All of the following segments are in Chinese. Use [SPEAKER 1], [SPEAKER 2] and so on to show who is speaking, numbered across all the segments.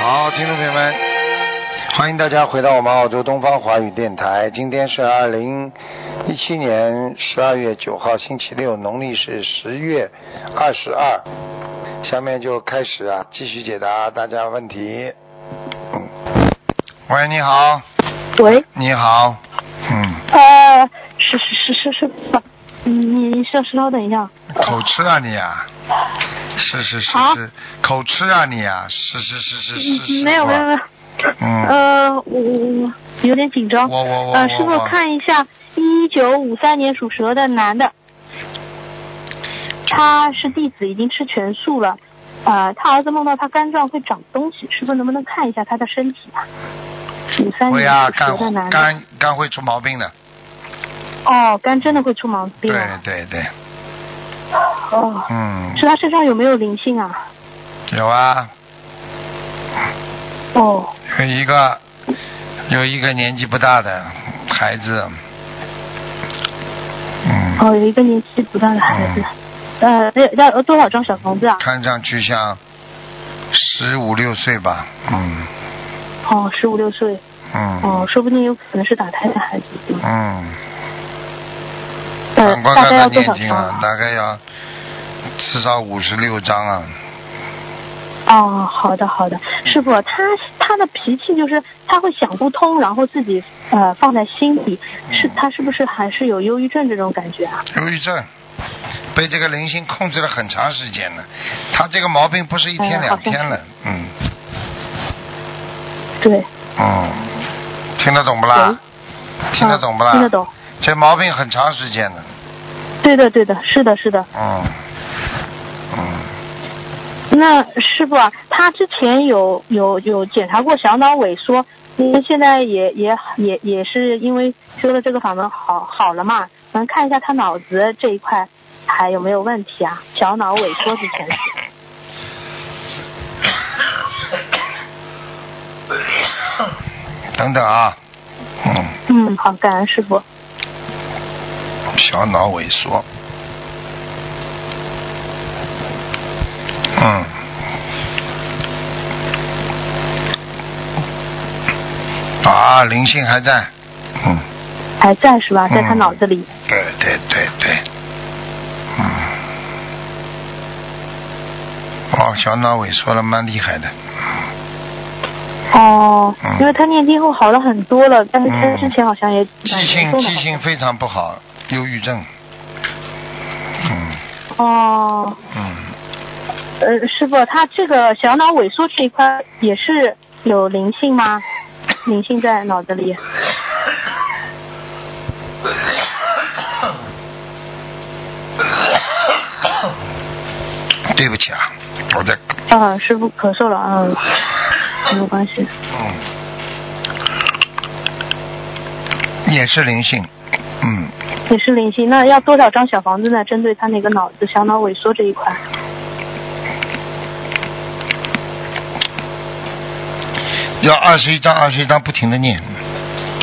[SPEAKER 1] 好，听众朋友们，欢迎大家回到我们澳洲东方华语电台。今天是二零一七年十二月九号，星期六，农历是十月二十二。下面就开始啊，继续解答大家问题。嗯，喂，你好，
[SPEAKER 2] 喂，
[SPEAKER 1] 你好，嗯，
[SPEAKER 2] 呃，是是是是是，嗯，你稍稍等一下。
[SPEAKER 1] 口吃啊你啊，是是是
[SPEAKER 2] 啊
[SPEAKER 1] 是，口吃啊你啊，是是是是是是，
[SPEAKER 2] 嗯，没有没有没有，
[SPEAKER 1] 嗯，
[SPEAKER 2] 呃，我我我有点紧张。
[SPEAKER 1] 我我我
[SPEAKER 2] 呃，师
[SPEAKER 1] 我
[SPEAKER 2] 傅
[SPEAKER 1] 我
[SPEAKER 2] 看一下，一九五三年属蛇的男的，他是弟子，已经吃全素了。呃，他儿子梦到他肝脏会长东西，师傅能不能看一下他的身体啊？五三
[SPEAKER 1] 会
[SPEAKER 2] 年
[SPEAKER 1] 啊，
[SPEAKER 2] 属蛇的
[SPEAKER 1] 肝
[SPEAKER 2] 男的。
[SPEAKER 1] 肝肝会出毛病的，
[SPEAKER 2] 哦，肝真的会出毛病
[SPEAKER 1] 对
[SPEAKER 2] 啊。
[SPEAKER 1] 对对，
[SPEAKER 2] 哦，
[SPEAKER 1] 嗯，
[SPEAKER 2] 是他身上有没有灵性啊？
[SPEAKER 1] 有啊，
[SPEAKER 2] 哦。
[SPEAKER 1] 有一个有一个年纪不大的孩子，嗯，
[SPEAKER 2] 哦，有一个年纪不大的孩子，呃，要要多少张小房子啊？
[SPEAKER 1] 看上去像十五六岁吧，嗯
[SPEAKER 2] 哦，十五六岁，哦，
[SPEAKER 1] 嗯
[SPEAKER 2] 说不定有可能是打胎的孩子。
[SPEAKER 1] 嗯，
[SPEAKER 2] 呃
[SPEAKER 1] 赶，快
[SPEAKER 2] 大
[SPEAKER 1] 看嗯
[SPEAKER 2] 概
[SPEAKER 1] 他
[SPEAKER 2] 要多
[SPEAKER 1] 念
[SPEAKER 2] 少
[SPEAKER 1] 经
[SPEAKER 2] 张
[SPEAKER 1] 啊，
[SPEAKER 2] 啊？
[SPEAKER 1] 大概要至少五十六章啊，
[SPEAKER 2] 哦，好的好的，师傅，他他的脾气就是他会想不通，然后自己呃放在心底，
[SPEAKER 1] 嗯
[SPEAKER 2] 是他是不是还是有忧郁症这种感觉啊？
[SPEAKER 1] 忧郁症。被这个灵性控制了很长时间了，他这个毛病不是一天
[SPEAKER 2] 嗯
[SPEAKER 1] 两
[SPEAKER 2] 好像
[SPEAKER 1] 天
[SPEAKER 2] 是
[SPEAKER 1] 了，嗯
[SPEAKER 2] 对，
[SPEAKER 1] 嗯，听得懂不啦
[SPEAKER 2] 喂？
[SPEAKER 1] 听得懂不啦？
[SPEAKER 2] 嗯听得懂。
[SPEAKER 1] 这毛病很长时间了，
[SPEAKER 2] 对的对的，是的是的。
[SPEAKER 1] 嗯，嗯，
[SPEAKER 2] 那师傅啊，他之前有有有检查过小脑萎缩，因为现在也也也也是因为修了这个法门好好了嘛，能看一下他脑子这一块还有没有问题啊？小脑萎缩之前是，
[SPEAKER 1] 等等啊，嗯，
[SPEAKER 2] 嗯，好，感恩师傅。
[SPEAKER 1] 小脑萎缩，嗯，啊，灵性还在，嗯，
[SPEAKER 2] 还在是吧？
[SPEAKER 1] 嗯
[SPEAKER 2] 在他脑子里。
[SPEAKER 1] 对对对对，嗯，哦，小脑萎缩了，蛮厉害的，
[SPEAKER 2] 哦
[SPEAKER 1] 嗯，
[SPEAKER 2] 因为他念经后好了很多了，但是他之前好像也
[SPEAKER 1] 记
[SPEAKER 2] 蛮严
[SPEAKER 1] 性
[SPEAKER 2] 重的
[SPEAKER 1] 记。性非常不好，忧郁症，嗯
[SPEAKER 2] 哦，
[SPEAKER 1] 嗯。
[SPEAKER 2] 呃，师傅，他这个小脑萎缩这一块也是有灵性吗？灵性在脑子里。
[SPEAKER 1] 对不起啊，我在，
[SPEAKER 2] 啊，师傅咳嗽了啊，没有关系。
[SPEAKER 1] 嗯，也是灵性，嗯，
[SPEAKER 2] 也是灵性，那要多少张小房子呢？针对他那个脑子小脑萎缩这一块。
[SPEAKER 1] 要二十一张，二十一张不停的念，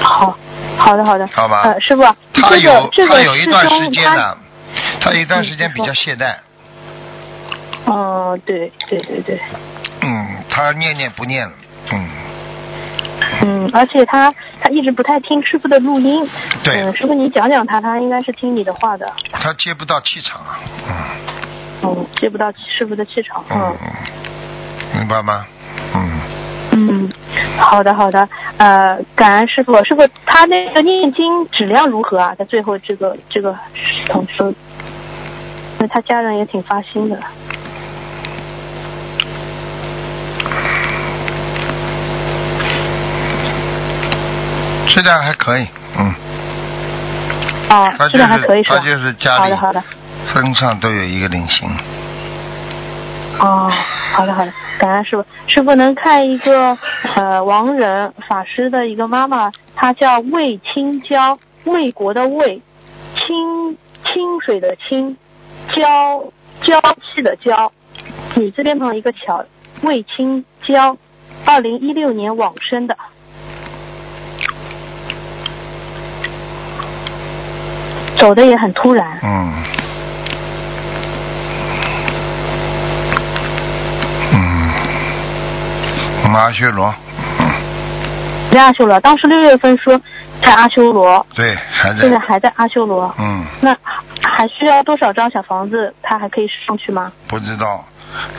[SPEAKER 2] 好，好的，好的。
[SPEAKER 1] 好吧
[SPEAKER 2] 呃，师傅，
[SPEAKER 1] 他
[SPEAKER 2] 这个
[SPEAKER 1] 有
[SPEAKER 2] 这
[SPEAKER 1] 他
[SPEAKER 2] 个师
[SPEAKER 1] 有一段时间
[SPEAKER 2] 兄他，
[SPEAKER 1] 呢，他有一段时间比较懈怠，
[SPEAKER 2] 嗯、对对对对，
[SPEAKER 1] 嗯，他念念不念了，嗯，
[SPEAKER 2] 嗯，而且他他一直不太听师傅的录音。
[SPEAKER 1] 对
[SPEAKER 2] 嗯，师傅你讲讲他，他应该是听你的话的。
[SPEAKER 1] 他接不到气场啊，
[SPEAKER 2] 嗯，接不到师傅的气场。
[SPEAKER 1] 嗯，嗯明白吗？嗯。
[SPEAKER 2] 嗯，好的好的，呃，感恩师傅，师傅他那个念经质量如何啊？他最后这个这个同修，那他家人也挺发心的。
[SPEAKER 1] 质量还可以，嗯，
[SPEAKER 2] 哦
[SPEAKER 1] 他，
[SPEAKER 2] 质
[SPEAKER 1] 就是
[SPEAKER 2] 量还可以是吧？
[SPEAKER 1] 他就是家里
[SPEAKER 2] 好的好的，
[SPEAKER 1] 身上都有一个菱形，
[SPEAKER 2] 哦，好的好的，感恩师傅。师傅能看一个呃亡人法师的一个妈妈，她叫魏青娇，魏国的魏，清清水的清，娇娇气的娇，女字边旁一个巧，魏青娇，二零一六年往生的。走的也很突然，
[SPEAKER 1] 嗯，嗯，阿修罗，
[SPEAKER 2] 在阿修罗，当时六月份说在阿修罗，
[SPEAKER 1] 对，还
[SPEAKER 2] 现在
[SPEAKER 1] 在，
[SPEAKER 2] 还在阿修罗，
[SPEAKER 1] 嗯，
[SPEAKER 2] 那还需要多少张小房子，他还可以上去吗？
[SPEAKER 1] 不知道，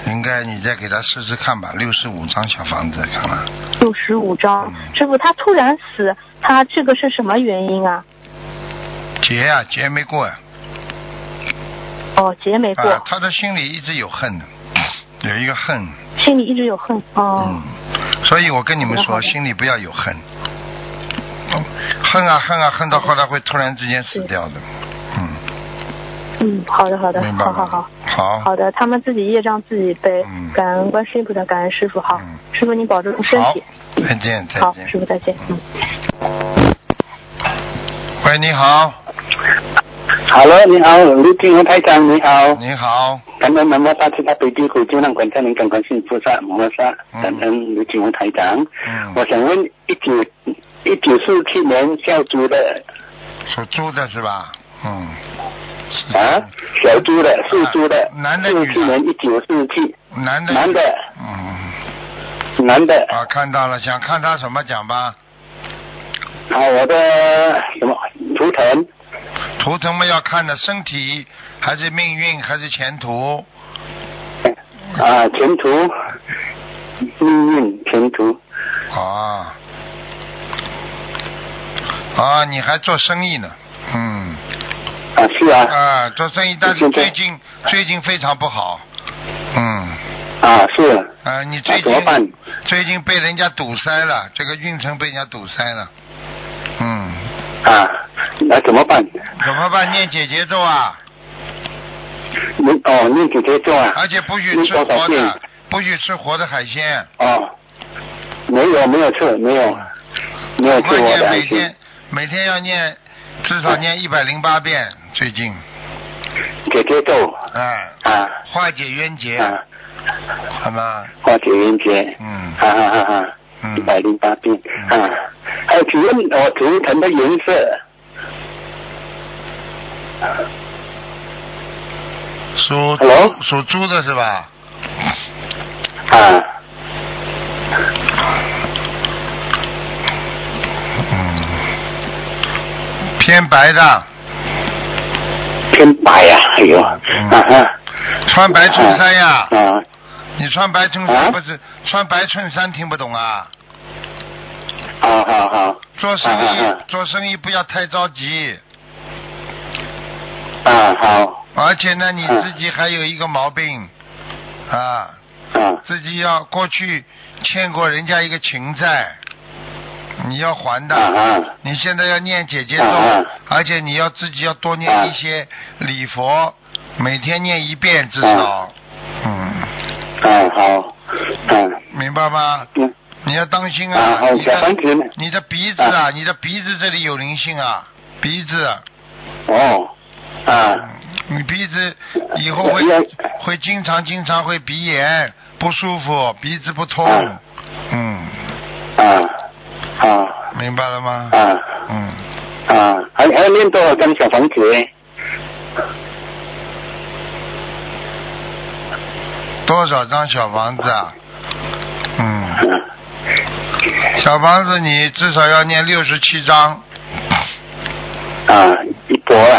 [SPEAKER 1] 应该你再给他试试看吧，六十五张小房子，看看。
[SPEAKER 2] 六十五张，
[SPEAKER 1] 嗯
[SPEAKER 2] 师傅，他突然死，他这个是什么原因啊？
[SPEAKER 1] 劫呀、劫没过呀、
[SPEAKER 2] 哦，劫没
[SPEAKER 1] 啊，
[SPEAKER 2] 过，
[SPEAKER 1] 他的心里一直有恨的，有一个恨，
[SPEAKER 2] 心里一直有恨。哦，
[SPEAKER 1] 嗯，所以我跟你们
[SPEAKER 2] 好
[SPEAKER 1] 说，
[SPEAKER 2] 的
[SPEAKER 1] 心里不要有恨，嗯恨啊恨啊恨到后来会突然之间死掉的，嗯，
[SPEAKER 2] 嗯，好的，好的，
[SPEAKER 1] 明白
[SPEAKER 2] 好
[SPEAKER 1] 吗？
[SPEAKER 2] 好好，
[SPEAKER 1] 好
[SPEAKER 2] 好的，他们自己业障自己背。
[SPEAKER 1] 嗯
[SPEAKER 2] 感恩观世音菩萨，感恩师傅，好，
[SPEAKER 1] 嗯
[SPEAKER 2] 师傅您保重身体。
[SPEAKER 1] 再见再
[SPEAKER 2] 好，
[SPEAKER 1] 见
[SPEAKER 2] 师。傅再见。嗯。
[SPEAKER 1] 喂，你好，
[SPEAKER 3] Hello，你好，陆金红台长，你好，
[SPEAKER 1] 你好，
[SPEAKER 3] 感恩南无大慈大悲救苦救难广大灵感观世音菩萨摩诃萨，
[SPEAKER 1] 嗯
[SPEAKER 3] 感恩陆金红台长。
[SPEAKER 1] 嗯
[SPEAKER 3] 我想问一九一九四七年小猪的
[SPEAKER 1] 属猪的是吧？嗯，是
[SPEAKER 3] 啊，小猪的属猪的，
[SPEAKER 1] 男的
[SPEAKER 3] 四
[SPEAKER 1] 女
[SPEAKER 3] 七
[SPEAKER 1] 的
[SPEAKER 3] 年一九四七，
[SPEAKER 1] 男的，
[SPEAKER 3] 男的，
[SPEAKER 1] 嗯，
[SPEAKER 3] 男的
[SPEAKER 1] 啊，看到了，想看他什么讲吧？
[SPEAKER 3] 啊，我的什么图腾
[SPEAKER 1] 图腾们要看的身体，还是命运，还是前途？嗯
[SPEAKER 3] 啊，前途命运前途
[SPEAKER 1] 啊啊，你还做生意呢？嗯
[SPEAKER 3] 啊，是 啊
[SPEAKER 1] 啊，做生意，但是
[SPEAKER 3] 现在
[SPEAKER 1] 最近最近非常不好。嗯
[SPEAKER 3] 啊是
[SPEAKER 1] 啊，你
[SPEAKER 3] 啊
[SPEAKER 1] 最
[SPEAKER 3] 怎么办
[SPEAKER 1] 近最近被人家堵塞了，这个运程被人家堵塞了。嗯，
[SPEAKER 3] 啊，那怎么办？
[SPEAKER 1] 怎么办？念姐姐咒啊，
[SPEAKER 3] 你哦，你姐姐做啊？
[SPEAKER 1] 而且不许
[SPEAKER 3] 念
[SPEAKER 1] 吃
[SPEAKER 3] 多少
[SPEAKER 1] 活
[SPEAKER 3] 遍
[SPEAKER 1] 的，不许吃活的海鲜。
[SPEAKER 3] 哦，没有没有吃，没有没有吃
[SPEAKER 1] 我
[SPEAKER 3] 我
[SPEAKER 1] 念
[SPEAKER 3] 的爱
[SPEAKER 1] 哦每
[SPEAKER 3] 心
[SPEAKER 1] 天，每天要念至少念一百零八遍，最近
[SPEAKER 3] 姐姐咒
[SPEAKER 1] 哎，
[SPEAKER 3] 啊
[SPEAKER 1] 化解冤结，
[SPEAKER 3] 啊，
[SPEAKER 1] 好吗？
[SPEAKER 3] 化解冤结，
[SPEAKER 1] 嗯
[SPEAKER 3] 哈哈哈哈，一
[SPEAKER 1] 嗯，
[SPEAKER 3] 百零八遍啊。还有请问我图腾的颜色
[SPEAKER 1] 属
[SPEAKER 3] Hello？
[SPEAKER 1] 属猪的是吧？
[SPEAKER 3] 啊？
[SPEAKER 1] 嗯，偏白的，
[SPEAKER 3] 偏白呀、啊，哎呦，啊
[SPEAKER 1] 嗯
[SPEAKER 3] 哈，
[SPEAKER 1] 穿白衬衫呀。
[SPEAKER 3] 啊
[SPEAKER 1] 你穿白衬
[SPEAKER 3] 啊
[SPEAKER 1] 衫不是穿白衬衫听不懂啊？
[SPEAKER 3] 啊好好好
[SPEAKER 1] 做生
[SPEAKER 3] 啊啊
[SPEAKER 1] 意
[SPEAKER 3] 啊
[SPEAKER 1] 做生意不要太着急，
[SPEAKER 3] 啊好
[SPEAKER 1] 而且呢你
[SPEAKER 3] 嗯
[SPEAKER 1] 自己还有一个毛病啊，
[SPEAKER 3] 啊
[SPEAKER 1] 自己要过去欠过人家一个情债，你要还
[SPEAKER 3] 啊
[SPEAKER 1] 的。
[SPEAKER 3] 啊
[SPEAKER 1] 你现在要念姐姐咒
[SPEAKER 3] 嗯嗯，
[SPEAKER 1] 而且你要自己要多
[SPEAKER 3] 啊
[SPEAKER 1] 念一些礼佛，每天念一遍至少。嗯，
[SPEAKER 3] 啊好啊
[SPEAKER 1] 明白吗？
[SPEAKER 3] 嗯
[SPEAKER 1] 你要当心
[SPEAKER 3] 啊
[SPEAKER 1] 啊！
[SPEAKER 3] 好，
[SPEAKER 1] 你
[SPEAKER 3] 小
[SPEAKER 1] 的
[SPEAKER 3] 房子呢？
[SPEAKER 1] 你的鼻子啊，你的鼻子这里有灵性啊，鼻子，
[SPEAKER 3] 哦啊
[SPEAKER 1] 你鼻子以后会
[SPEAKER 3] 我
[SPEAKER 1] 会经常经常会鼻炎不舒服，鼻子不通
[SPEAKER 3] 嗯。
[SPEAKER 1] 嗯，
[SPEAKER 3] 啊啊
[SPEAKER 1] 明白了吗？
[SPEAKER 3] 啊。
[SPEAKER 1] 嗯，
[SPEAKER 3] 啊，还还要念多少张小房子？
[SPEAKER 1] 多少张小房子啊？嗯，
[SPEAKER 3] 嗯
[SPEAKER 1] 小房子你至少要念六十七张，
[SPEAKER 3] 啊，一波啊，啊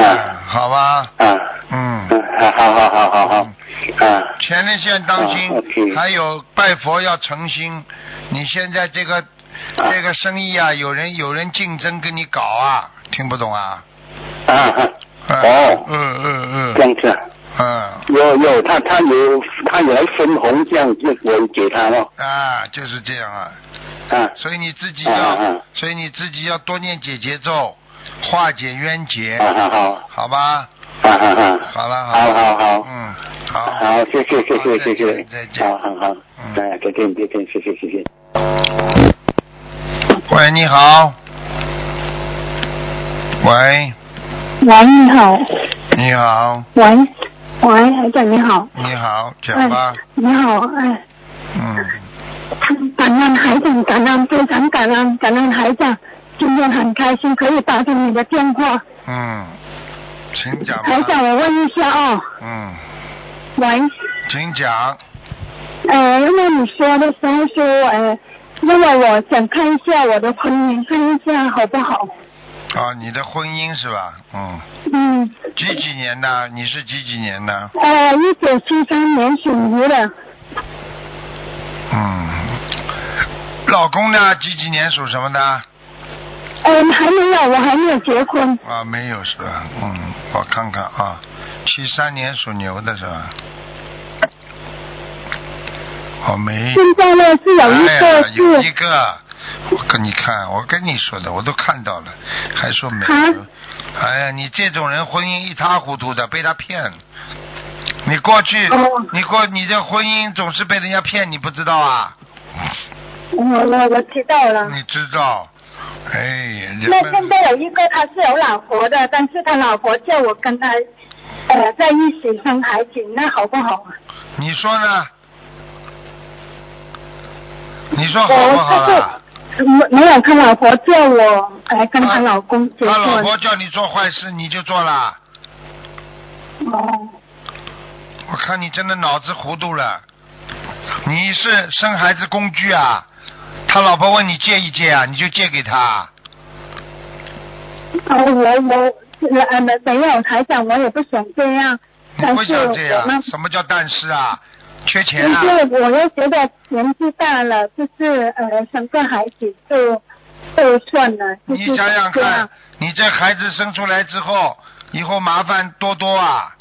[SPEAKER 1] 嗯好吧？
[SPEAKER 3] 啊，
[SPEAKER 1] 嗯，
[SPEAKER 3] 嗯，好好好好好好，啊
[SPEAKER 1] 前列腺当
[SPEAKER 3] 啊
[SPEAKER 1] 心，
[SPEAKER 3] ，OK
[SPEAKER 1] 还有拜佛要诚心。你现在这个
[SPEAKER 3] 啊
[SPEAKER 1] 这个生意啊，有人有人竞争跟你搞啊，听不懂啊？
[SPEAKER 3] 啊啊，
[SPEAKER 1] 嗯
[SPEAKER 3] 哦
[SPEAKER 1] 嗯嗯
[SPEAKER 3] 这
[SPEAKER 1] 嗯
[SPEAKER 3] 样子啊，
[SPEAKER 1] 嗯，
[SPEAKER 3] 有有，他他有他有来分红，这样子我给他咯，
[SPEAKER 1] 啊，就是这样啊。
[SPEAKER 3] 啊
[SPEAKER 1] 所以你自己
[SPEAKER 3] 啊
[SPEAKER 1] 要
[SPEAKER 3] 啊，
[SPEAKER 1] 所以你自己要多念解结咒，化解冤结，
[SPEAKER 3] 啊好好，
[SPEAKER 1] 好吧？
[SPEAKER 3] 啊啊啊，
[SPEAKER 1] 好了，
[SPEAKER 3] 好
[SPEAKER 1] 了，
[SPEAKER 3] 好好，
[SPEAKER 1] 嗯，好。嗯
[SPEAKER 3] 好，谢谢谢谢谢
[SPEAKER 1] 好再见
[SPEAKER 3] 谢
[SPEAKER 1] 再，见
[SPEAKER 3] 好好好，哎，再见再见，谢谢谢谢。
[SPEAKER 1] 喂，你好。喂，
[SPEAKER 4] 喂，你好，
[SPEAKER 1] 你好，
[SPEAKER 4] 喂，喂，台长你好，
[SPEAKER 1] 你好，讲吧。
[SPEAKER 4] 你好，哎，
[SPEAKER 1] 嗯，
[SPEAKER 4] 感恩台长，感恩非常感恩感恩台长，今天很开心可以打通你的电话，哎
[SPEAKER 1] 嗯，请讲
[SPEAKER 4] 台
[SPEAKER 1] 吧。
[SPEAKER 4] 长我问一下哦，
[SPEAKER 1] 嗯，
[SPEAKER 4] 喂，
[SPEAKER 1] 请讲。
[SPEAKER 4] 呃，那你说的时候说，呃，那么我想看一下我的婚姻，看一下好不好？
[SPEAKER 1] 啊，你的婚姻是吧？嗯，
[SPEAKER 4] 嗯，
[SPEAKER 1] 几几年的？你是几几年的？
[SPEAKER 4] 呃，一九七三年属牛的，
[SPEAKER 1] 嗯，老公呢？几几年属什么的？
[SPEAKER 4] 呃，还没有，我还没有结婚，
[SPEAKER 1] 啊，没有是吧？嗯，我看看啊，七三年属牛的是吧？哦，没。
[SPEAKER 4] 现在呢是有一
[SPEAKER 1] 哎呀
[SPEAKER 4] 个
[SPEAKER 1] 有一
[SPEAKER 4] 是，
[SPEAKER 1] 个，我跟你看，我跟你说的，我都看到了，还说没
[SPEAKER 4] 啊
[SPEAKER 1] 有。哎呀，你这种人婚姻一塌糊涂的，被他骗。你过去，
[SPEAKER 4] 哦
[SPEAKER 1] 你过你这婚姻总是被人家骗，你不知道啊？
[SPEAKER 4] 我哦我我知道了。
[SPEAKER 1] 你知道？哎，人
[SPEAKER 4] 那
[SPEAKER 1] 们
[SPEAKER 4] 现在有一个他是有老婆的，但是他老婆叫我跟他呃在一起生孩子，那好不好啊？
[SPEAKER 1] 你说呢？
[SPEAKER 4] 哦
[SPEAKER 1] 你说哦好啊不好啦？
[SPEAKER 4] 没没有，呃他老婆叫我来跟他老公结
[SPEAKER 1] 他啊老
[SPEAKER 4] 婚。
[SPEAKER 1] 婆叫你做坏事，你就做啦。
[SPEAKER 4] 哦，
[SPEAKER 1] 我看你真的脑子糊涂了。你是生孩子工具啊？他老婆问你借一借啊，你就借给他。
[SPEAKER 4] 啊我我呃没没有，台长我也不想这样，
[SPEAKER 1] 你
[SPEAKER 4] 但
[SPEAKER 1] 不
[SPEAKER 4] 是
[SPEAKER 1] 想这
[SPEAKER 4] 我
[SPEAKER 1] 样？
[SPEAKER 4] 们
[SPEAKER 1] 什么叫但是啊？缺钱啊？
[SPEAKER 4] 就是我又觉得年纪大了，就是呃生个孩子就就算了，就
[SPEAKER 1] 你
[SPEAKER 4] 是
[SPEAKER 1] 想想
[SPEAKER 4] 这样
[SPEAKER 1] 看。，你这孩子生出来之后，以后麻烦多多啊，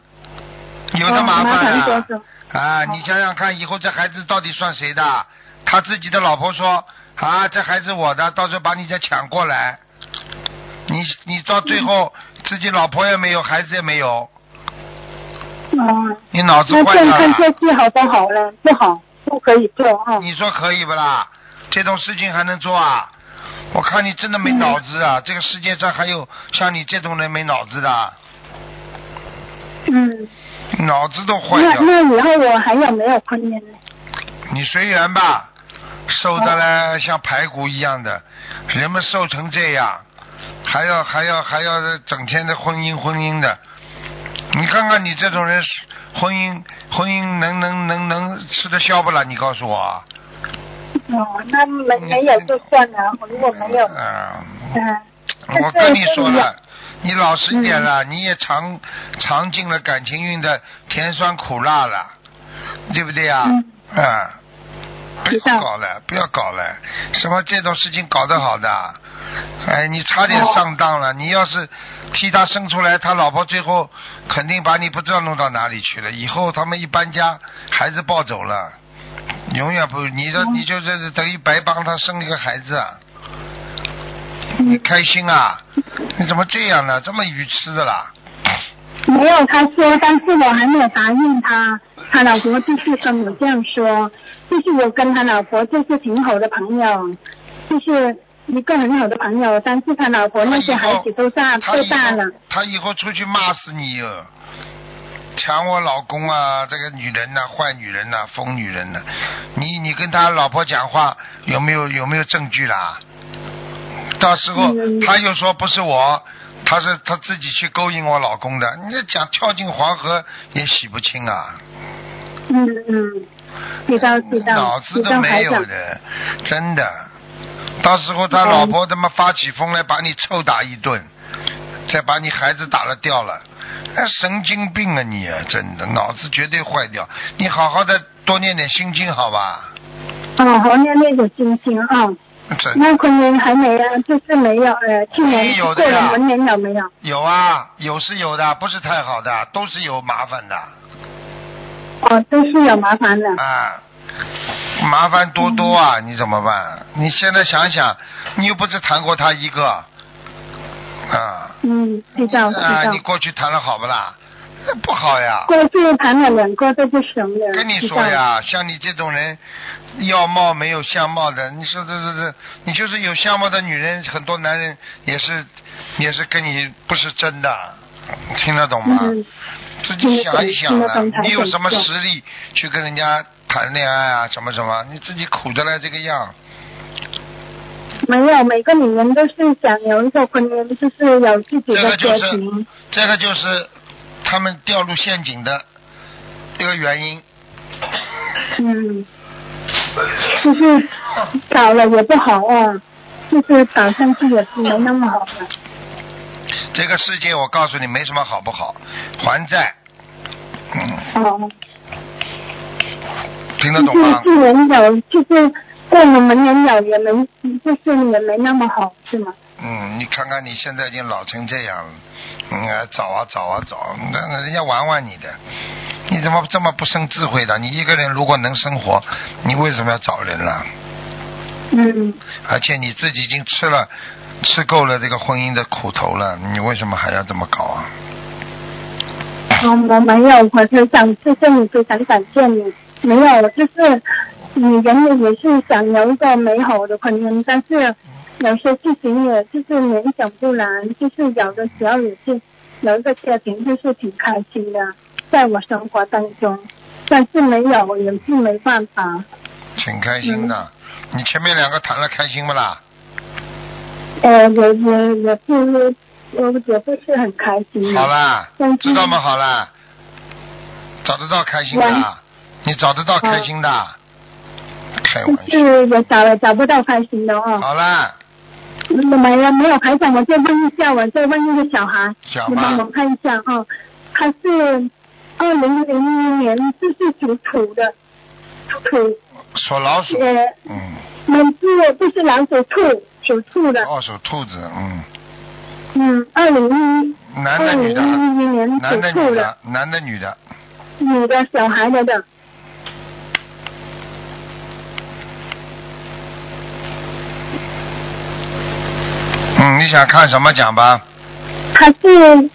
[SPEAKER 1] 有的
[SPEAKER 4] 哦麻
[SPEAKER 1] 烦
[SPEAKER 4] 烦
[SPEAKER 1] 啊
[SPEAKER 4] 多。多
[SPEAKER 1] 啊，你想想看，以后这孩子到底算谁的？他自己的老婆说啊，这孩子我的，到时候把你再抢过来。你你到最后、
[SPEAKER 4] 嗯
[SPEAKER 1] 自己老婆也没有，孩子也没有，
[SPEAKER 4] 哦，
[SPEAKER 1] 你脑子
[SPEAKER 4] 那
[SPEAKER 1] 坏
[SPEAKER 4] 这
[SPEAKER 1] 掉
[SPEAKER 4] 样看
[SPEAKER 1] 了
[SPEAKER 4] 下。去好不好呢？不好，不可以做啊。
[SPEAKER 1] 你说可以不啦？这种事情还能做啊？我看你真的没
[SPEAKER 4] 嗯
[SPEAKER 1] 脑子啊！这个世界上还有像你这种人没脑子的，
[SPEAKER 4] 嗯，
[SPEAKER 1] 脑子都坏
[SPEAKER 4] 那
[SPEAKER 1] 掉了。
[SPEAKER 4] 那以后我还有没有婚姻呢？
[SPEAKER 1] 你随缘吧，瘦的嘞像排骨一样的，人们瘦成这样，还要还要还要整天的婚姻婚姻的，你看看你这种人，婚姻婚姻能能能能吃得消不啦？你告诉我啊。
[SPEAKER 4] 哦，那没没有就算了，我如果没有，嗯、
[SPEAKER 1] 嗯、我跟你说了，你老实一点了，你也尝尝尽了感情运的甜酸苦辣了，对不对呀？
[SPEAKER 4] 嗯
[SPEAKER 1] 啊，不
[SPEAKER 4] 知
[SPEAKER 1] 要
[SPEAKER 4] 道
[SPEAKER 1] 搞了，不要搞了，什么这种事情搞得好的，哎，你差点上当了。你要是替他生出来，他老婆最后肯定把你不知道弄到哪里去了。以后他们一搬家，孩子抱走了，永远不，你的
[SPEAKER 4] 嗯
[SPEAKER 1] 你就是等于白帮他生一个孩子啊。
[SPEAKER 4] 嗯
[SPEAKER 1] 你开心啊？你怎么这样呢？这么愚痴的啦？哎
[SPEAKER 4] 没有他说，但是我还没有答应他。他老婆就是跟我这样说，就是我跟他老婆就是挺好的朋友，就是一个很好的朋友，但是他老婆那些孩子都大
[SPEAKER 1] 他
[SPEAKER 4] 都
[SPEAKER 1] 以
[SPEAKER 4] 大了
[SPEAKER 1] 后，他以后出去骂死你哦，抢我老公啊，这个女人呐、坏女人呐、疯女人呐、你你跟他老婆讲话有没有有没有证据啦？到时候
[SPEAKER 4] 嗯
[SPEAKER 1] 他又说不是我，他是他自己去勾引我老公的，你这讲跳进黄河也洗不清啊。
[SPEAKER 4] 嗯嗯，知道知
[SPEAKER 1] 脑
[SPEAKER 4] 道
[SPEAKER 1] 子
[SPEAKER 4] 知
[SPEAKER 1] 都
[SPEAKER 4] 道
[SPEAKER 1] 没
[SPEAKER 4] 台长
[SPEAKER 1] 有，的，真的。到时候他老婆他妈发起疯来把你臭打一顿，再把你孩子打了掉了，哎，神经病啊你啊！真的，脑子绝对坏掉。你好好的多念点心经好吧？
[SPEAKER 4] 哦，好像那种心情啊。哦
[SPEAKER 1] 真的
[SPEAKER 4] 那昆明还没啊，就是没有呃，去
[SPEAKER 1] 也
[SPEAKER 4] 年
[SPEAKER 1] 哎有
[SPEAKER 4] 过
[SPEAKER 1] 的呀
[SPEAKER 4] 了文年有没有？
[SPEAKER 1] 有啊，有是有的，不是太好的，都是有麻烦的
[SPEAKER 4] 哦，都是有麻烦的。
[SPEAKER 1] 啊，麻烦多多啊！你怎么办？你现在想想，你又不是谈过他一个啊。
[SPEAKER 4] 嗯，知道知
[SPEAKER 1] 啊，
[SPEAKER 4] 道
[SPEAKER 1] 你。过去谈的好不啦？呃不好呀。
[SPEAKER 4] 过去谈了两个都不行的。
[SPEAKER 1] 跟你
[SPEAKER 4] 知
[SPEAKER 1] 说
[SPEAKER 4] 道。
[SPEAKER 1] 呀，像你这种人，要貌没有相貌的，你说这这这，你就是有相貌的女人，很多男人也是也是跟你不是真的，听得懂吗？
[SPEAKER 4] 嗯，
[SPEAKER 1] 自己想一想
[SPEAKER 4] 听得
[SPEAKER 1] 了
[SPEAKER 4] 懂听得懂，台
[SPEAKER 1] 你有
[SPEAKER 4] 长
[SPEAKER 1] 什么
[SPEAKER 4] 是
[SPEAKER 1] 实力去跟人家谈恋爱啊？什么什么？你自己苦得来这个样，
[SPEAKER 4] 没有，每个女人都是想有一个婚姻，就是有自己
[SPEAKER 1] 这个
[SPEAKER 4] 的
[SPEAKER 1] 就
[SPEAKER 4] 家
[SPEAKER 1] 是
[SPEAKER 4] 庭。
[SPEAKER 1] 这个就是他们掉入陷阱的这个原因。
[SPEAKER 4] 嗯，
[SPEAKER 1] 哎
[SPEAKER 4] 就是搞了也不好啊，就是搞上去也是没那么好的。
[SPEAKER 1] 这个世界我告诉你没什么好不好，还债，嗯，
[SPEAKER 4] 哦，
[SPEAKER 1] 听
[SPEAKER 4] 就
[SPEAKER 1] 得懂
[SPEAKER 4] 是
[SPEAKER 1] 吗？
[SPEAKER 4] 去年有，就是过了门年有也没，就是也没那么好，是吗？
[SPEAKER 1] 嗯，你看看你现在已经老成这样了，嗯，啊找啊找啊找，那那人家玩玩你的，你怎么这么不生智慧的？你一个人如果能生活，你为什么要找人了？
[SPEAKER 4] 嗯，
[SPEAKER 1] 而且你自己已经吃了，吃够了这个婚姻的苦头了，你为什么还要这么搞啊？
[SPEAKER 4] 我我没有，我是想谢谢你，非常感谢你。没有，就是女人也是想有一个美好的婚姻，但是有些事情也就是勉强不来，就是有的时候也是有一个家庭就是挺开心的，在我生活当中，但是没有也是没办法。
[SPEAKER 1] 挺开心的，你前面两个谈了开心不啦？
[SPEAKER 4] 呃，也也也是，我也不是很开心。
[SPEAKER 1] 好啦
[SPEAKER 4] 嗯，
[SPEAKER 1] 知道吗？好啦，找得到开心的
[SPEAKER 4] 喂，
[SPEAKER 1] 你找得到开心的，开玩
[SPEAKER 4] 就
[SPEAKER 1] 笑。
[SPEAKER 4] 是也找也找不到开心的啊、
[SPEAKER 1] 好啦，
[SPEAKER 4] 没有没有台长，我再问一下，我再问一个小孩，
[SPEAKER 1] 讲
[SPEAKER 4] 你帮我
[SPEAKER 1] 吧，
[SPEAKER 4] 看一下啊、他是二零零一年，就是属土的，土
[SPEAKER 1] 属老鼠，
[SPEAKER 4] 呃，
[SPEAKER 1] 嗯，
[SPEAKER 4] 那是不是老鼠兔，属兔的，
[SPEAKER 1] 哦，属兔子，嗯，
[SPEAKER 4] 嗯，二零一
[SPEAKER 1] 男的
[SPEAKER 4] 二零
[SPEAKER 1] 女的，
[SPEAKER 4] 一一哎年
[SPEAKER 1] 男的
[SPEAKER 4] 属
[SPEAKER 1] 女
[SPEAKER 4] 兔
[SPEAKER 1] 的，男的女的，
[SPEAKER 4] 女的小孩的的，
[SPEAKER 1] 嗯，你想看什么讲吧？
[SPEAKER 4] 他是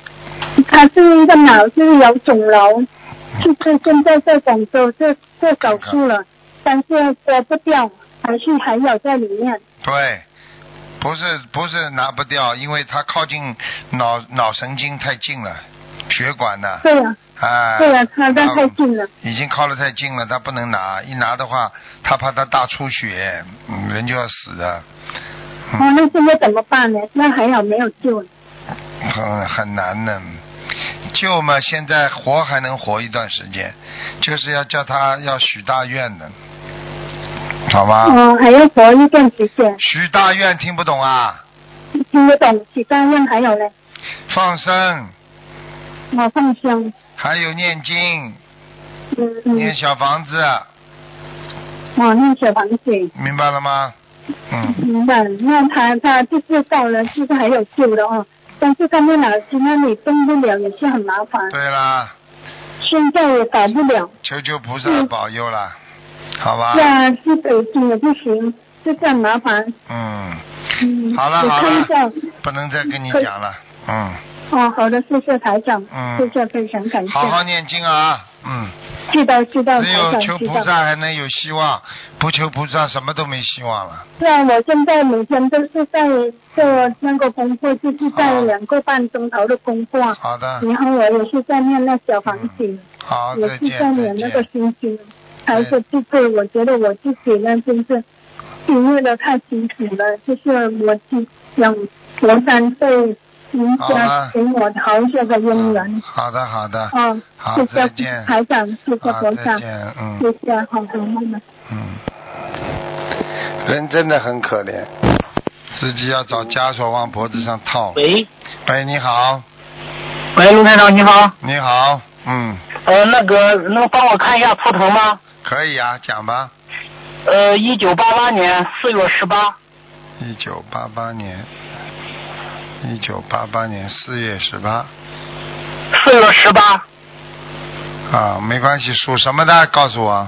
[SPEAKER 4] 他是一个脑子有肿瘤，就是现在在广州做做手术了，但是割不掉，还是还有在里面。
[SPEAKER 1] 对，不是不是拿不掉，因为它靠近脑脑神经太近了，血管呢，
[SPEAKER 4] 对呀、
[SPEAKER 1] 啊，
[SPEAKER 4] 对呀、他在太近了。
[SPEAKER 1] 嗯已经靠得太近了，他不能拿，一拿的话，他怕他大出血，嗯人就要死的，嗯
[SPEAKER 4] 哦，那现在怎么办呢？那还有没有救？
[SPEAKER 1] 很很难的。救嘛，现在活还能活一段时间，就是要叫他要许大愿的，好吧？
[SPEAKER 4] 哦，还要活一段时间。
[SPEAKER 1] 许大愿听不懂啊？
[SPEAKER 4] 听得懂，许愿愿还有呢？
[SPEAKER 1] 放生，
[SPEAKER 4] 我放生，
[SPEAKER 1] 还有念经，
[SPEAKER 4] 嗯嗯
[SPEAKER 1] 念，小房子，
[SPEAKER 4] 我念小房子，
[SPEAKER 1] 明白了吗？嗯。
[SPEAKER 4] 明白了。那他他就是到了，就是还有救的哦。但是他们老师那里动不了，也是很麻烦。
[SPEAKER 1] 对啦，
[SPEAKER 4] 现在也搞不了，
[SPEAKER 1] 求求菩萨
[SPEAKER 4] 嗯啊
[SPEAKER 1] 保佑啦，好吧？
[SPEAKER 4] 呀，去北京也不行，就是很麻烦。
[SPEAKER 1] 嗯，
[SPEAKER 4] 嗯，
[SPEAKER 1] 好了
[SPEAKER 4] 你
[SPEAKER 1] 好
[SPEAKER 4] 看一下
[SPEAKER 1] 了。，不能再跟你讲了，嗯，
[SPEAKER 4] 哦，好的，谢谢台长，
[SPEAKER 1] 嗯
[SPEAKER 4] 谢谢，非常感谢。
[SPEAKER 1] 好好念经啊，嗯，
[SPEAKER 4] 知道知道，
[SPEAKER 1] 只
[SPEAKER 4] 台
[SPEAKER 1] 有
[SPEAKER 4] 长
[SPEAKER 1] 求
[SPEAKER 4] 知
[SPEAKER 1] 菩
[SPEAKER 4] 道。
[SPEAKER 1] 萨还能有希望，不求菩萨什么都没希望了。
[SPEAKER 4] 对啊，我现在每天都是在做那个功课，就是在两个半钟头的功课，
[SPEAKER 1] 好嗯的，
[SPEAKER 4] 然后我也是在念那小房子，
[SPEAKER 1] 好，
[SPEAKER 4] 也
[SPEAKER 1] 再
[SPEAKER 4] 是在
[SPEAKER 1] 见再
[SPEAKER 4] 念那个
[SPEAKER 1] 见，
[SPEAKER 4] 心经，还有这个，我觉得我自己呢，就是经历的太辛苦了，就是我自想佛山被人
[SPEAKER 1] 好啊
[SPEAKER 4] 家给嗯我好些个姻缘
[SPEAKER 1] 嗯，好的好的，
[SPEAKER 4] 啊嗯，
[SPEAKER 1] 好
[SPEAKER 4] 谢
[SPEAKER 1] 再
[SPEAKER 4] 谢
[SPEAKER 1] 见
[SPEAKER 4] 台长，谢谢
[SPEAKER 1] 好
[SPEAKER 4] 佛
[SPEAKER 1] 再
[SPEAKER 4] 长，
[SPEAKER 1] 见，
[SPEAKER 4] 谢
[SPEAKER 1] 嗯
[SPEAKER 4] 谢，好的，妈妈。
[SPEAKER 1] 嗯，
[SPEAKER 5] 人真的很可怜。
[SPEAKER 1] 自己要找枷锁往脖子上套。
[SPEAKER 6] 喂，
[SPEAKER 1] 喂，你好，
[SPEAKER 6] 喂，卢台长你好，
[SPEAKER 1] 你好，嗯，
[SPEAKER 6] 呃，那个能帮我看一下图腾吗？
[SPEAKER 1] 可以啊，讲吧。
[SPEAKER 6] 呃，一九八八年四月十八，
[SPEAKER 1] 一九八八年，一九八八年四月十八
[SPEAKER 6] 四月十八，
[SPEAKER 1] 啊，没关系，属什么的？告诉我。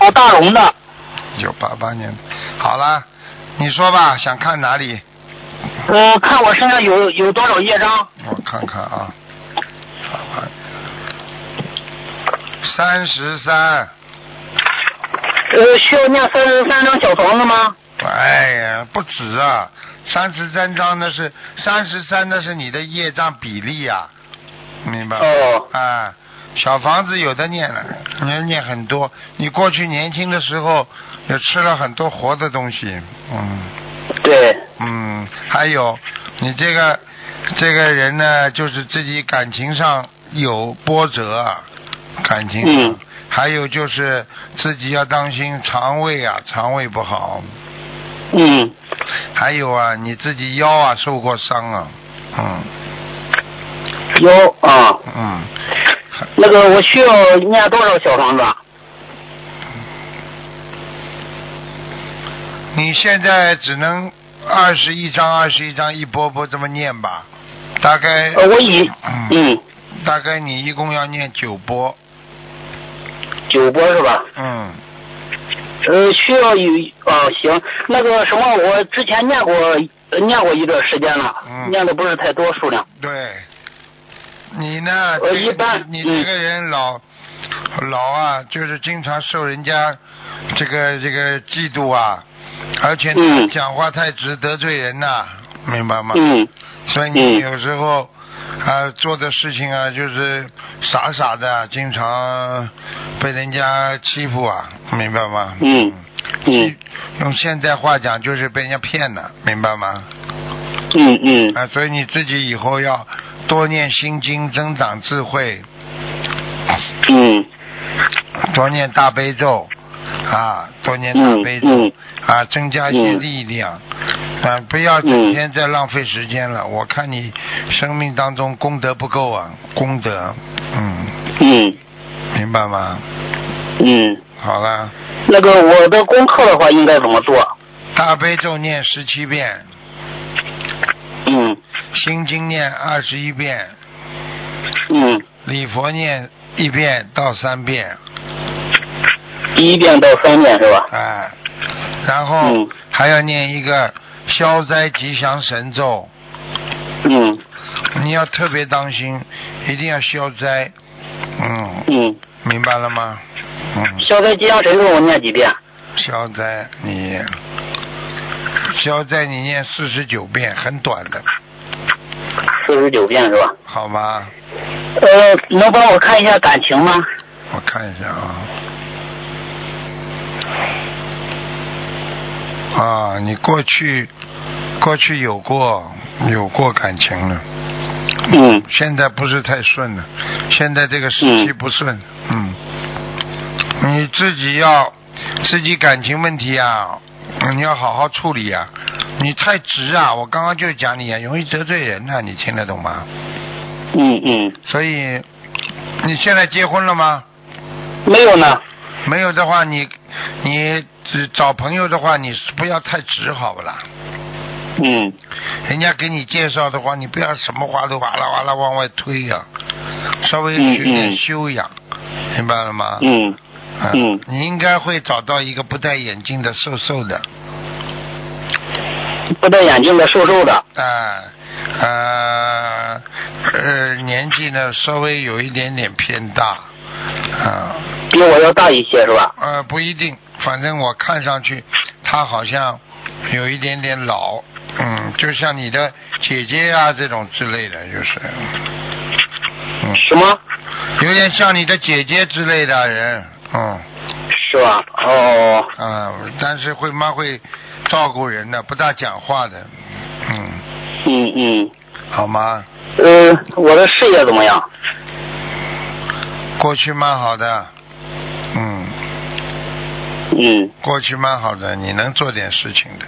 [SPEAKER 6] 哦，大龙的，
[SPEAKER 1] 一九八八年，好啦，你说吧，想看哪里？
[SPEAKER 6] 呃，看我身上有有多少业障？
[SPEAKER 1] 我看看啊，八八三十三，
[SPEAKER 6] 呃，需要念三十三张小房子吗？
[SPEAKER 1] 哎呀，不止啊，三十三张那是三十三，那是你的业障比例呀、明白吗？
[SPEAKER 6] 哦，
[SPEAKER 1] 啊，小房子有的念了，你要念很多。你过去年轻的时候也吃了很多活的东西，嗯
[SPEAKER 6] 对，
[SPEAKER 1] 嗯，还有你这个这个人呢，就是自己感情上有波折啊，感情上
[SPEAKER 6] 嗯
[SPEAKER 1] 还有就是自己要当心肠胃啊，肠胃不好。
[SPEAKER 6] 嗯。
[SPEAKER 1] 还有啊，你自己腰啊受过伤啊，嗯。
[SPEAKER 6] 有啊。
[SPEAKER 1] 嗯。
[SPEAKER 6] 那个我需要念多少小房子？啊
[SPEAKER 1] 你现在只能二十一章、二十一章一波波这么念吧，大概。
[SPEAKER 6] 呃，我已嗯。
[SPEAKER 1] 大概你一共要念九波。
[SPEAKER 6] 九波是吧？
[SPEAKER 1] 嗯。
[SPEAKER 6] 呃，需要有啊、呃，行，那个什么，我之前念过，呃念过一段时间了，
[SPEAKER 1] 嗯
[SPEAKER 6] 念的不是太多数量。
[SPEAKER 1] 对。你呢？
[SPEAKER 6] 我
[SPEAKER 1] 这
[SPEAKER 6] 一般
[SPEAKER 1] 你
[SPEAKER 6] 嗯
[SPEAKER 1] 你这个人老、老啊，就是经常受人家这个这个嫉妒啊，而且呢、
[SPEAKER 6] 嗯
[SPEAKER 1] 讲话太直，得罪人呐、明白吗？
[SPEAKER 6] 嗯
[SPEAKER 1] 所以你
[SPEAKER 6] 嗯
[SPEAKER 1] 有时候啊、做的事情啊，就是傻傻的，经常被人家欺负啊，明白吗？
[SPEAKER 6] 嗯嗯
[SPEAKER 1] 用现代话讲就是被人家骗了，明白吗？
[SPEAKER 6] 嗯嗯
[SPEAKER 1] 啊，所以你自己以后要多念心经，增长智慧，
[SPEAKER 6] 嗯
[SPEAKER 1] 多念大悲咒，啊，多念大悲
[SPEAKER 6] 嗯
[SPEAKER 1] 咒，
[SPEAKER 6] 嗯
[SPEAKER 1] 啊，增加一些
[SPEAKER 6] 嗯
[SPEAKER 1] 力量，啊，不要整天在浪费时间了。我看你生命当中功德不够啊，功德，嗯，
[SPEAKER 6] 嗯
[SPEAKER 1] 明白吗？
[SPEAKER 6] 嗯，
[SPEAKER 1] 好了，
[SPEAKER 6] 那个我的功课的话应该怎么做？
[SPEAKER 1] 大悲咒念十七遍，
[SPEAKER 6] 嗯
[SPEAKER 1] 心经念二十一遍，
[SPEAKER 6] 嗯，
[SPEAKER 1] 礼佛念一遍到三遍，
[SPEAKER 6] 第一遍到三遍是吧？
[SPEAKER 1] 哎，然后
[SPEAKER 6] 嗯
[SPEAKER 1] 还要念一个消灾吉祥神咒，
[SPEAKER 6] 嗯
[SPEAKER 1] 你要特别当心，一定要消灾。嗯，
[SPEAKER 6] 嗯，
[SPEAKER 1] 明白了吗？嗯，
[SPEAKER 6] 消灾吉祥神咒我念几遍？
[SPEAKER 1] 消灾你消灾你念四十九遍，很短的，
[SPEAKER 6] 四十九遍是吧？
[SPEAKER 1] 好吗？
[SPEAKER 6] 呃，能帮我看一下感情吗？
[SPEAKER 1] 我看一下啊。啊，你过去过去有过有过感情了，
[SPEAKER 6] 嗯
[SPEAKER 1] 现在不是太顺了，现在这个时期不顺，嗯，你自己要自己感情问题啊，你要好好处理啊，你太直啊，我刚刚就讲你啊，容易得罪人呐、你听得懂吗？
[SPEAKER 6] 嗯嗯，
[SPEAKER 1] 所以你现在结婚了吗？
[SPEAKER 6] 没有呢。
[SPEAKER 1] 没有的话，你你只找朋友的话，你是不要太直，好不啦？
[SPEAKER 6] 嗯
[SPEAKER 1] 人家给你介绍的话，你不要什么话都哇啦哇啦往外推呀、稍微学
[SPEAKER 6] 嗯
[SPEAKER 1] 点
[SPEAKER 6] 嗯
[SPEAKER 1] 修养，明白了吗？
[SPEAKER 6] 嗯
[SPEAKER 1] 啊
[SPEAKER 6] 嗯
[SPEAKER 1] 你应该会找到一个不戴眼镜的瘦瘦的，
[SPEAKER 6] 嗯不戴眼镜的，瘦瘦的。
[SPEAKER 1] 啊、呃，呃，年纪呢稍微有一点点偏大，啊、
[SPEAKER 6] 比我要大一些是吧？
[SPEAKER 1] 呃，不一定，反正我看上去她好像有一点点老，嗯，就像你的姐姐呀、这种之类的，就是，嗯，
[SPEAKER 6] 什么？
[SPEAKER 1] 有点像你的姐姐之类的人，嗯，
[SPEAKER 6] 是吧？哦，
[SPEAKER 1] 啊、但是会蛮会照顾人的，不大讲话的，嗯，
[SPEAKER 6] 嗯嗯，
[SPEAKER 1] 好吗？
[SPEAKER 6] 呃，我的事业怎么样？
[SPEAKER 1] 过去蛮好的，嗯，
[SPEAKER 6] 嗯
[SPEAKER 1] 过去蛮好的，你能做点事情的，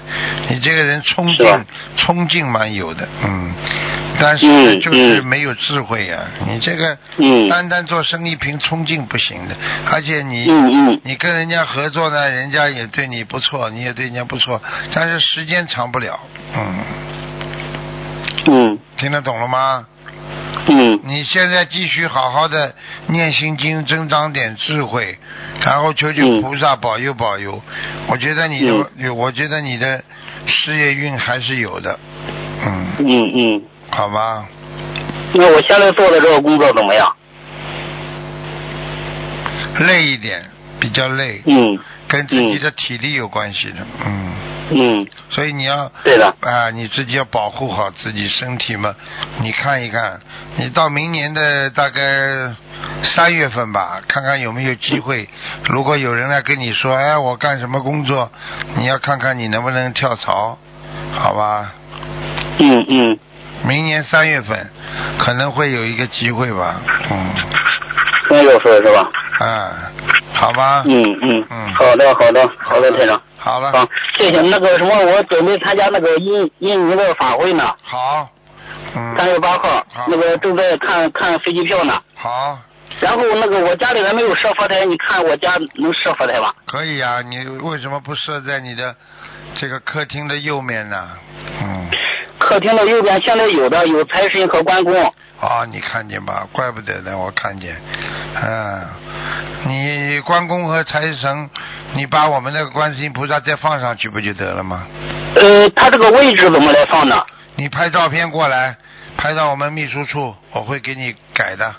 [SPEAKER 1] 你这个人冲
[SPEAKER 6] 是吧
[SPEAKER 1] 劲冲劲蛮有的，嗯，但是
[SPEAKER 6] 嗯
[SPEAKER 1] 就是
[SPEAKER 6] 嗯
[SPEAKER 1] 没有智慧呀、你这个
[SPEAKER 6] 嗯
[SPEAKER 1] 单单做生意凭冲劲不行的，而且你。
[SPEAKER 6] 嗯嗯
[SPEAKER 1] 你跟人家合作呢，人家也对你不错，你也对人家不错，但是时间长不了，嗯，
[SPEAKER 6] 嗯
[SPEAKER 1] 听得懂了吗？
[SPEAKER 6] 嗯
[SPEAKER 1] 你现在继续好好的念心经，增长点智慧，然后求求
[SPEAKER 6] 嗯
[SPEAKER 1] 菩萨保佑保佑。我觉得你的，我觉得你的事业运还是有的，嗯，
[SPEAKER 6] 嗯嗯。
[SPEAKER 1] 好吧。
[SPEAKER 6] 那我现在做的这个工作怎么样？
[SPEAKER 1] 累一点，比较累，
[SPEAKER 6] 嗯
[SPEAKER 1] 跟自己的体力有关系的，嗯，
[SPEAKER 6] 嗯，
[SPEAKER 1] 所以你要
[SPEAKER 6] 对的。
[SPEAKER 1] 啊，你自己要保护好自己身体嘛。你看一看，你到明年的大概三月份吧，看看有没有机会。如果有人来跟你说，哎，我干什么工作，你要看看你能不能跳槽，好吧？
[SPEAKER 6] 嗯嗯
[SPEAKER 1] 明年三月份可能会有一个机会吧，嗯，
[SPEAKER 6] 很有事是吧？
[SPEAKER 1] 嗯，好吗？
[SPEAKER 6] 嗯嗯嗯，好的好的好的，台长。
[SPEAKER 1] 好了。
[SPEAKER 6] 好，谢谢。那个什么，我准备参加那个印印尼的法会呢。
[SPEAKER 1] 好。嗯。
[SPEAKER 6] 三月八号，那个正在看看飞机票呢。
[SPEAKER 1] 好。
[SPEAKER 6] 然后那个我家里人没有设佛台，你看我家能设佛台吧？
[SPEAKER 1] 可以啊，你为什么不设在你的这个客厅的右面呢？嗯。
[SPEAKER 6] 客厅的右边现在有的有财神和关公。
[SPEAKER 1] 啊、哦，你看见吧？怪不得呢，我看见。嗯，你关公和财神，你把我们那个观世音菩萨再放上去不就得了吗？
[SPEAKER 6] 呃，他这个位置怎么来放呢？
[SPEAKER 1] 你拍照片过来，拍到我们秘书处，我会给你改的。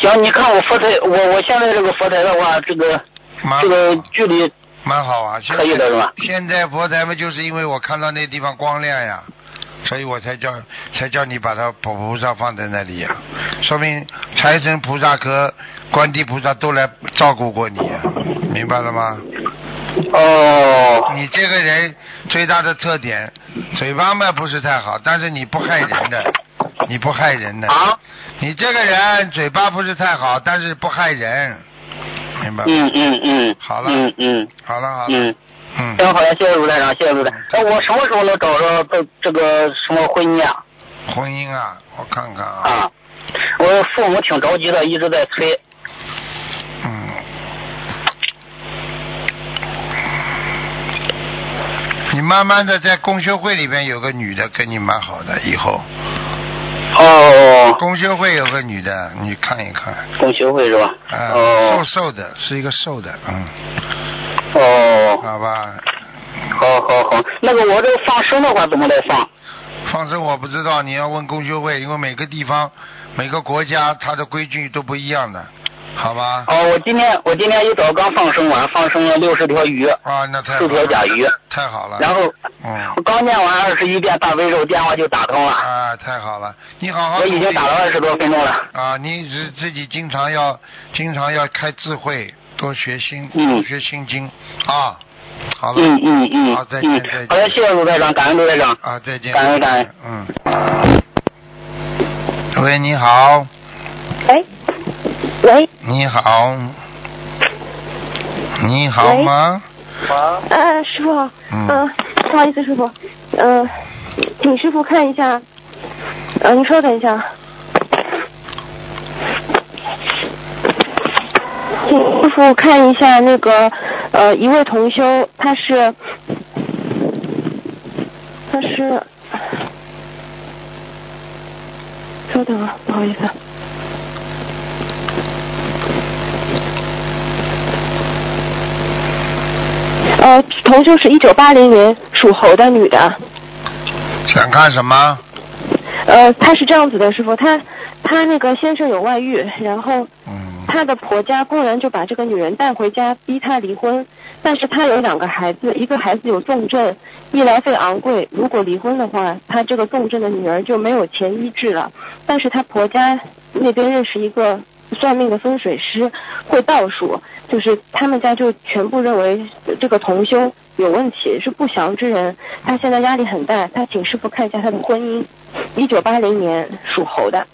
[SPEAKER 6] 行，你看我佛台，我我现在这个佛台的话，这个
[SPEAKER 1] 啊
[SPEAKER 6] 这个距离
[SPEAKER 1] 蛮好啊，
[SPEAKER 6] 可以的是吧？
[SPEAKER 1] 现在佛台嘛，就是因为我看到那地方光亮呀，所以我才叫才叫你把它普菩萨放在那里呀、啊，说明财神菩萨和观地菩萨都来照顾过你、啊，明白了吗？
[SPEAKER 6] 哦，
[SPEAKER 1] 你这个人最大的特点，嘴巴嘛不是太好，但是你不害人的。你不害人的，
[SPEAKER 6] 啊、
[SPEAKER 1] 你这个人嘴巴不是太好，但是不害人，明白吗？
[SPEAKER 6] 嗯嗯嗯，
[SPEAKER 1] 好了，
[SPEAKER 6] 嗯嗯，
[SPEAKER 1] 好了好了，
[SPEAKER 6] 嗯
[SPEAKER 1] 嗯，
[SPEAKER 6] 行好了，谢谢卢台长，谢谢卢台长。哎我什么时候能找着这这个什么婚姻啊？
[SPEAKER 1] 婚姻啊，我看看啊。
[SPEAKER 6] 啊，我父母挺着急的，一直在催。
[SPEAKER 1] 嗯，你慢慢的在公修会里边有个女的跟你蛮好的，以后。
[SPEAKER 6] 哦，
[SPEAKER 1] 公修会有个女的，你看一看。
[SPEAKER 6] 公修会是吧？
[SPEAKER 1] 啊、
[SPEAKER 6] 哦，
[SPEAKER 1] 瘦瘦的，是一个瘦的，嗯。
[SPEAKER 6] 哦。
[SPEAKER 1] 好吧。
[SPEAKER 6] 好好好，那个我这放生的话怎么来放？
[SPEAKER 1] 放生我不知道，你要问公修会，因为每个地方、每个国家它的规矩都不一样的，好吧？
[SPEAKER 6] 哦，我今天我今天一早刚放生完，放生了嗯六十条鱼。
[SPEAKER 1] 啊，那太好了。
[SPEAKER 6] 四条甲鱼。
[SPEAKER 1] 太好了。
[SPEAKER 6] 然后，
[SPEAKER 1] 嗯，
[SPEAKER 6] 我刚念完二十一遍大悲咒，电话就打通了。
[SPEAKER 1] 啊，太好了，你好好。
[SPEAKER 6] 我已经打了二十多分钟了。
[SPEAKER 1] 啊，你是自己经常要，经常要开智慧，多学心，
[SPEAKER 6] 嗯，
[SPEAKER 1] 学心经啊。好了。
[SPEAKER 6] 嗯嗯嗯。
[SPEAKER 1] 好，再见、
[SPEAKER 6] 嗯、
[SPEAKER 1] 再见。
[SPEAKER 6] 好的，谢谢卢台长，感恩卢台长。
[SPEAKER 1] 啊，再见。
[SPEAKER 6] 感恩感恩。
[SPEAKER 1] 嗯。喂，你好。
[SPEAKER 7] 喂。喂。
[SPEAKER 1] 你好。你好吗？
[SPEAKER 7] 嗯、啊，师傅，嗯、呃，不好意思，师傅，嗯、呃，请师傅看一下，呃，您稍等一下，请师傅看一下那个呃，一位同修，他是，他是，稍等啊，不好意思。呃，同修是一九八零年属猴的女的。
[SPEAKER 1] 想看什么？
[SPEAKER 7] 呃，她是这样子的，师傅，她她那个先生有外遇，然后，
[SPEAKER 1] 嗯
[SPEAKER 7] 她的婆家公然就把这个女人带回家，逼她离婚。但是她有两个孩子，一个孩子有重症，医疗费昂贵，如果离婚的话，她这个重症的女儿就没有钱医治了。但是她婆家那边认识一个。算命的风水师会倒数，就是他们家就全部认为这个同修有问题，是不祥之人。他现在压力很大，他请师傅看一下他的婚姻。一九八零年属猴的。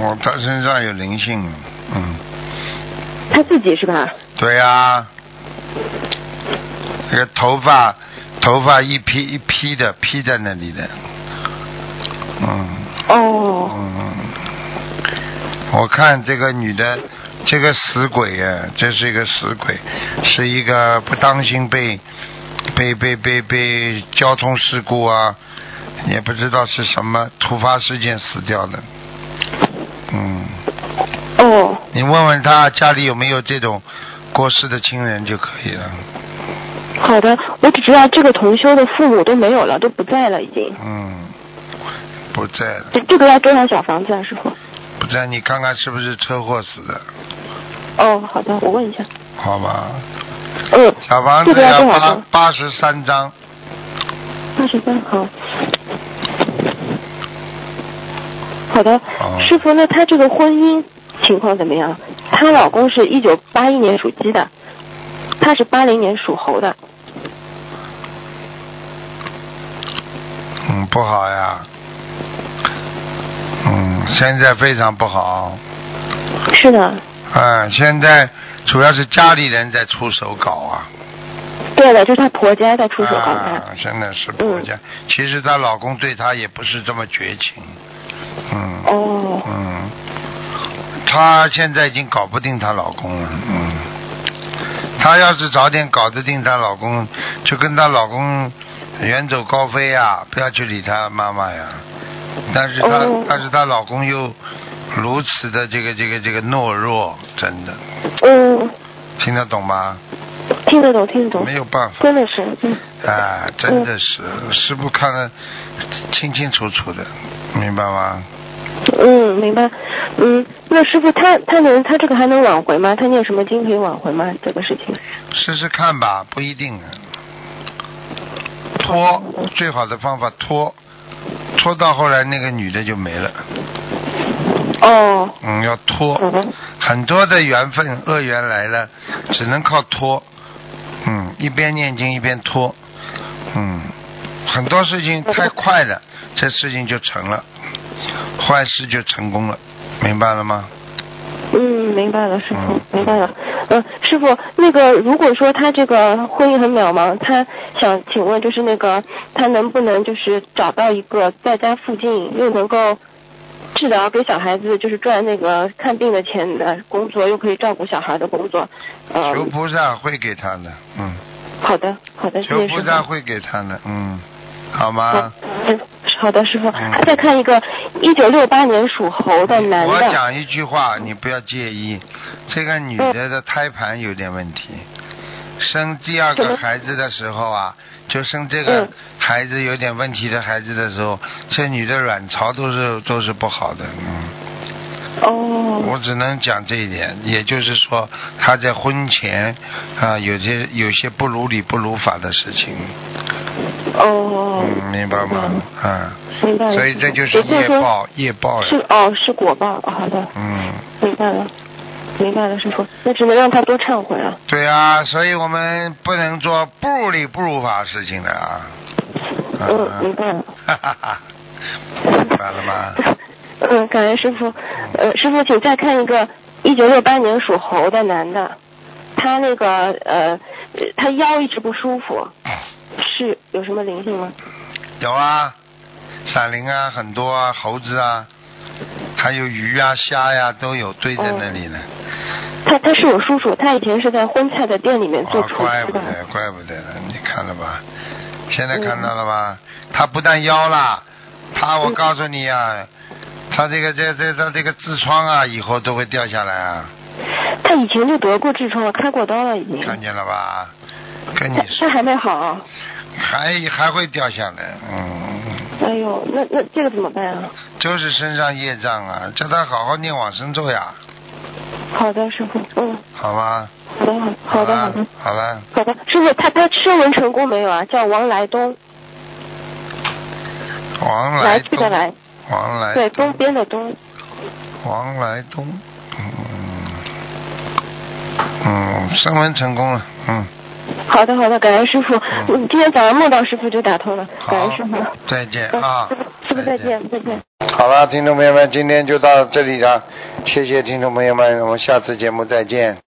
[SPEAKER 1] 哦，他身上有灵性，嗯。
[SPEAKER 7] 他自己是吧？
[SPEAKER 1] 对呀、啊，这个头发头发一披一披的披在那里的，嗯。
[SPEAKER 7] 哦。
[SPEAKER 1] 嗯。我看这个女的，这个死鬼呀、啊，这是一个死鬼，是一个不当心被被被被被交通事故啊，也不知道是什么突发事件死掉的。嗯。
[SPEAKER 7] 哦。
[SPEAKER 1] 你问问他家里有没有这种过世的亲人就可以了。
[SPEAKER 7] 好的，我只知道这个同修的父母都没有了，都不在了，已经。
[SPEAKER 1] 嗯，不在了。
[SPEAKER 7] 这这个要多少小房子啊，师傅？
[SPEAKER 1] 不在，你看看是不是车祸死的？
[SPEAKER 7] 哦，好的，我问一下。
[SPEAKER 1] 好吧。
[SPEAKER 7] 嗯。
[SPEAKER 1] 小房子要八八十三张。
[SPEAKER 7] 八十三，好。好的，
[SPEAKER 1] 哦、
[SPEAKER 7] 师傅，那她这个婚姻情况怎么样？她老公是一九八一年属鸡的，她是八零年属猴的。
[SPEAKER 1] 嗯，不好呀。嗯，现在非常不好。
[SPEAKER 7] 是的。
[SPEAKER 1] 啊，现在主要是家里人在出手搞啊。
[SPEAKER 7] 对的，就是她婆家在出手搞嗯她。
[SPEAKER 1] 啊，真的是婆家。其实她老公对她也不是这么绝情。嗯。
[SPEAKER 7] 哦。
[SPEAKER 1] 嗯。她现在已经搞不定她老公了，嗯。她要是早点搞得定她老公，就跟她老公远走高飞呀，不要去理她妈妈呀。但是她，
[SPEAKER 7] 哦
[SPEAKER 1] 但是她老公又如此的这个这个这个懦弱，真的
[SPEAKER 7] 嗯，
[SPEAKER 1] 听得懂吗？
[SPEAKER 7] 听得懂，听得懂
[SPEAKER 1] 没，有办法。
[SPEAKER 7] 真的是，嗯，
[SPEAKER 1] 啊，真的是，师傅看得清清楚楚的，明白吗？
[SPEAKER 7] 嗯，明白，嗯，那师傅他他能他这个还能挽回吗？他念什么经可以挽回吗？这个事情？
[SPEAKER 1] 试试看吧，不一定啊。拖，最好的方法拖，拖到后来那个女的就没了。
[SPEAKER 7] 哦，
[SPEAKER 1] 嗯，要拖，
[SPEAKER 7] 好的，
[SPEAKER 1] 很多的缘分恶缘来了，只能靠拖。嗯，一边念经一边拖。嗯，很多事情太快了，这事情就成了，坏事就成功了，明白了吗？
[SPEAKER 7] 嗯，明白了，师
[SPEAKER 1] 嗯
[SPEAKER 7] 傅，明白了。嗯，师傅，那个如果说他这个婚姻很渺茫，他想请问，就是那个他能不能就是找到一个在家附近又能够治疗给小孩子就是赚那个看病的钱的工作，又可以照顾小孩的工作？
[SPEAKER 1] 求
[SPEAKER 7] 嗯，
[SPEAKER 1] 菩萨会给他的，嗯，
[SPEAKER 7] 好的，好的，谢
[SPEAKER 1] 求
[SPEAKER 7] 谢
[SPEAKER 1] 菩
[SPEAKER 7] 师
[SPEAKER 1] 萨
[SPEAKER 7] 傅。
[SPEAKER 1] 会给他的，嗯，好
[SPEAKER 7] 好
[SPEAKER 1] 吗？，
[SPEAKER 7] 嗯，好的，师傅。
[SPEAKER 1] 啊嗯
[SPEAKER 7] 还再看一个一九六八年属猴的男
[SPEAKER 1] 我
[SPEAKER 7] 的，
[SPEAKER 1] 讲一句话，你不要介意。这个女的的胎盘有点问题，生第二
[SPEAKER 7] 什
[SPEAKER 1] 个
[SPEAKER 7] 么
[SPEAKER 1] 孩子的时候啊，就生这个
[SPEAKER 7] 嗯
[SPEAKER 1] 孩子有点问题的孩子的时候，这女的卵巢都是都是不好的。嗯，
[SPEAKER 7] 哦，
[SPEAKER 1] 我只能讲这一点，也就是说她在婚前啊、有些有些不如理不如法的事情，
[SPEAKER 7] 哦，
[SPEAKER 1] 嗯，明白吗？啊、
[SPEAKER 7] 明白了。
[SPEAKER 1] 所以这就是
[SPEAKER 7] 也就
[SPEAKER 1] 业
[SPEAKER 7] 是说
[SPEAKER 1] 报，业报呀
[SPEAKER 7] 是。哦，是果报，好的，
[SPEAKER 1] 嗯，
[SPEAKER 7] 明白了，明白了，师傅，那只能让他多忏悔啊。
[SPEAKER 1] 对啊，所以我们不能做不理不如法事情的啊。 啊
[SPEAKER 7] 嗯，明白了。
[SPEAKER 1] 哈哈哈，明白了吗？
[SPEAKER 7] 嗯，感恩师傅。呃，师傅，请再看一个一九六八年属猴的男的，他那个呃，呃他腰一直不舒服，是有什么灵性吗？
[SPEAKER 1] 有啊，闪灵啊，很多啊，猴子啊，还有鱼啊、虾呀、都有堆在那里呢。
[SPEAKER 7] 他他是我叔叔，他以前是在荤菜的店里面
[SPEAKER 1] 啊
[SPEAKER 7] 哦做，厨
[SPEAKER 1] 怪
[SPEAKER 7] 师
[SPEAKER 1] 不
[SPEAKER 7] 的。
[SPEAKER 1] 得，怪不得了，你看了吧？现在看到了吧？他不但腰啦，他我
[SPEAKER 7] 嗯
[SPEAKER 1] 告诉你啊，他这个这这他这个痔疮啊，以后都会掉下来啊。
[SPEAKER 7] 他以前就得过痔疮了，开过刀了已经。
[SPEAKER 1] 看见了吧？跟你
[SPEAKER 7] 他
[SPEAKER 1] 说
[SPEAKER 7] 他，还没好、啊
[SPEAKER 1] 还还会掉下来，嗯，
[SPEAKER 7] 哎呦，那那这个怎么办啊？
[SPEAKER 1] 就是身上业障啊，叫他好好念往生咒呀，
[SPEAKER 7] 好的，师傅，嗯，
[SPEAKER 1] 好吗？
[SPEAKER 7] 好的，好的，好
[SPEAKER 1] 了
[SPEAKER 7] 的，，
[SPEAKER 1] 好了，
[SPEAKER 7] 好的，师傅，他他声纹成功没有啊？叫王来东，
[SPEAKER 1] 王
[SPEAKER 7] 来去
[SPEAKER 1] 东
[SPEAKER 7] 的，来，
[SPEAKER 1] 王来
[SPEAKER 7] 对，
[SPEAKER 1] 东
[SPEAKER 7] 东边的东，
[SPEAKER 1] 王来东，嗯嗯，升温成功了，嗯，
[SPEAKER 7] 好的，好的，感恩师傅，
[SPEAKER 1] 嗯
[SPEAKER 7] 我今天早上梦到师傅就打通了，感
[SPEAKER 1] 好
[SPEAKER 7] 恩师傅，，
[SPEAKER 1] 再见
[SPEAKER 7] 嗯
[SPEAKER 1] 啊
[SPEAKER 7] 师，傅师傅再见，再见。
[SPEAKER 1] 好了，听众朋友们，今天就到这里了，谢谢听众朋友们，我们下次节目再见。